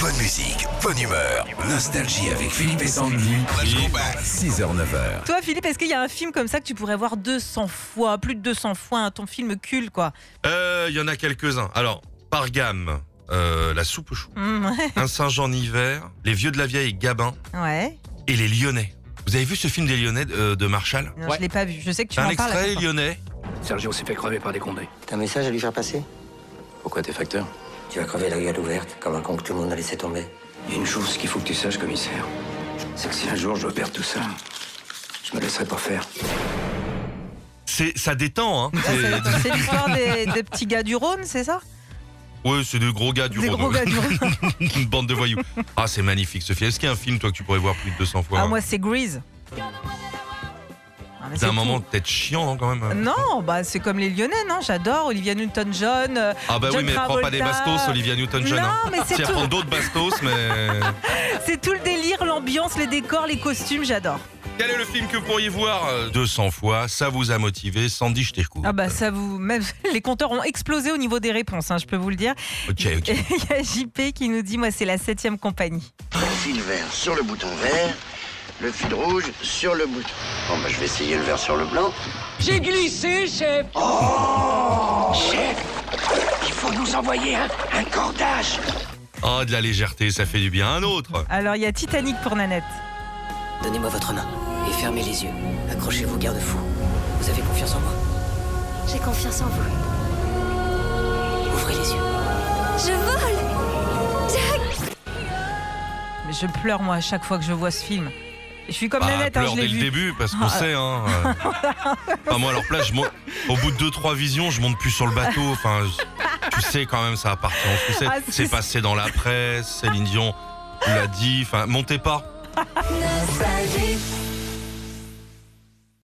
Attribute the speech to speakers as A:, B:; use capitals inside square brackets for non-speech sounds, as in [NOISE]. A: Bonne musique, bonne humeur, nostalgie avec Philippe et Sandy. 6h-9h.
B: Toi, Philippe, est-ce qu'il y a un film comme ça que tu pourrais voir 200 fois, plus de 200 fois, hein, ton film cul, quoi
C: Euh, Il y en a quelques-uns. Alors, par gamme, euh, la soupe au
B: [LAUGHS]
C: chou,
B: Hum, ouais,
C: un singe en hiver, les vieux de la vieille Gabin
B: Ouais.
C: et les Lyonnais. Vous avez vu ce film des Lyonnais euh, de Marshall
B: Non, je l'ai pas vu. Je sais que tu
C: Un
B: m'en parles. à
C: extrait,
B: chaque
C: les
B: fois.
C: Lyonnais.
D: Sergio s'est fait crever par des condés.
E: T'as un message à lui faire passer
D: Pourquoi t'es facteur
E: Tu vas crever la gueule ouverte, comme un con que tout le monde a laissé tomber.
D: Il y a une chose qu'il faut que tu saches, commissaire. C'est que si un jour je perds tout ça, je me laisserai pas faire.
C: C'est, ça détend, hein.
B: Ah,
C: C'est,
B: c'est- C'est l'histoire des, des petits gars du Rhône, c'est ça
C: ouais, c'est des gros gars du
B: Des
C: Rhône.
B: gros gars du Rhône.
C: [LAUGHS] Une bande de voyous. Ah, c'est magnifique, Sophie. Est-ce qu'il y a un film, toi, que tu pourrais voir plus de 200 fois
B: Ah,
C: hein
B: moi, c'est Grease. Ah, mais
C: C'est un
B: tout.
C: moment peut-être chiant, hein, quand même.
B: Non, bah c'est comme les Lyonnais, non J'adore Olivia Newton-John. euh,
C: Ah bah
B: John
C: oui, mais prends pas des
B: Travolta.
C: bastos, Olivia Newton-John.
B: Non,
C: hein.
B: mais c'est
C: Si elle
B: tout.
C: prend d'autres bastos,
B: [LAUGHS]
C: mais...
B: C'est tout le délire, l'ambiance, les décors, les costumes, j'adore.
C: Quel est le film que vous pourriez voir euh, 200 fois Ça vous a motivé. Sandy, je t'écoute.
B: Ah bah ça vous, même [LAUGHS] les compteurs ont explosé au niveau des réponses, hein, je peux vous le dire.
C: Ok, ok.
B: Et [LAUGHS] Il y a JP qui nous dit, moi c'est la septième compagnie.
F: Le fil vert sur le bouton vert, le fil rouge sur le bouton. Bon, bah, je vais essayer le vert sur le blanc.
G: J'ai glissé, chef.
F: Oh, Il faut nous envoyer un, un cordage.
C: Oh, de la légèreté, ça fait du bien. Un autre.
B: Alors il y a Titanic pour Nanette.
E: Donnez-moi votre main et fermez les yeux. Accrochez-vous, garde-fou. Vous avez confiance en moi
H: J'ai confiance en vous.
E: Ouvrez les yeux.
H: Je vole
B: Mais je pleure moi à chaque fois que je vois ce film. Je suis comme
C: Bah,
B: Nanette, hein,
C: pleure
B: je
C: dès
B: l'ai
C: le
B: vu.
C: début parce qu'on
B: Ah.
C: sait. Hein,
B: [LAUGHS]
C: euh. Enfin, moi, alors là, je monte- au bout de deux trois visions, je monte plus sur le bateau. Enfin, je- tu sais quand même, ça appartient au succès.
B: Ah, c'est-
C: c'est passé dans la presse. Céline Dion l'a dit. Enfin, montez pas.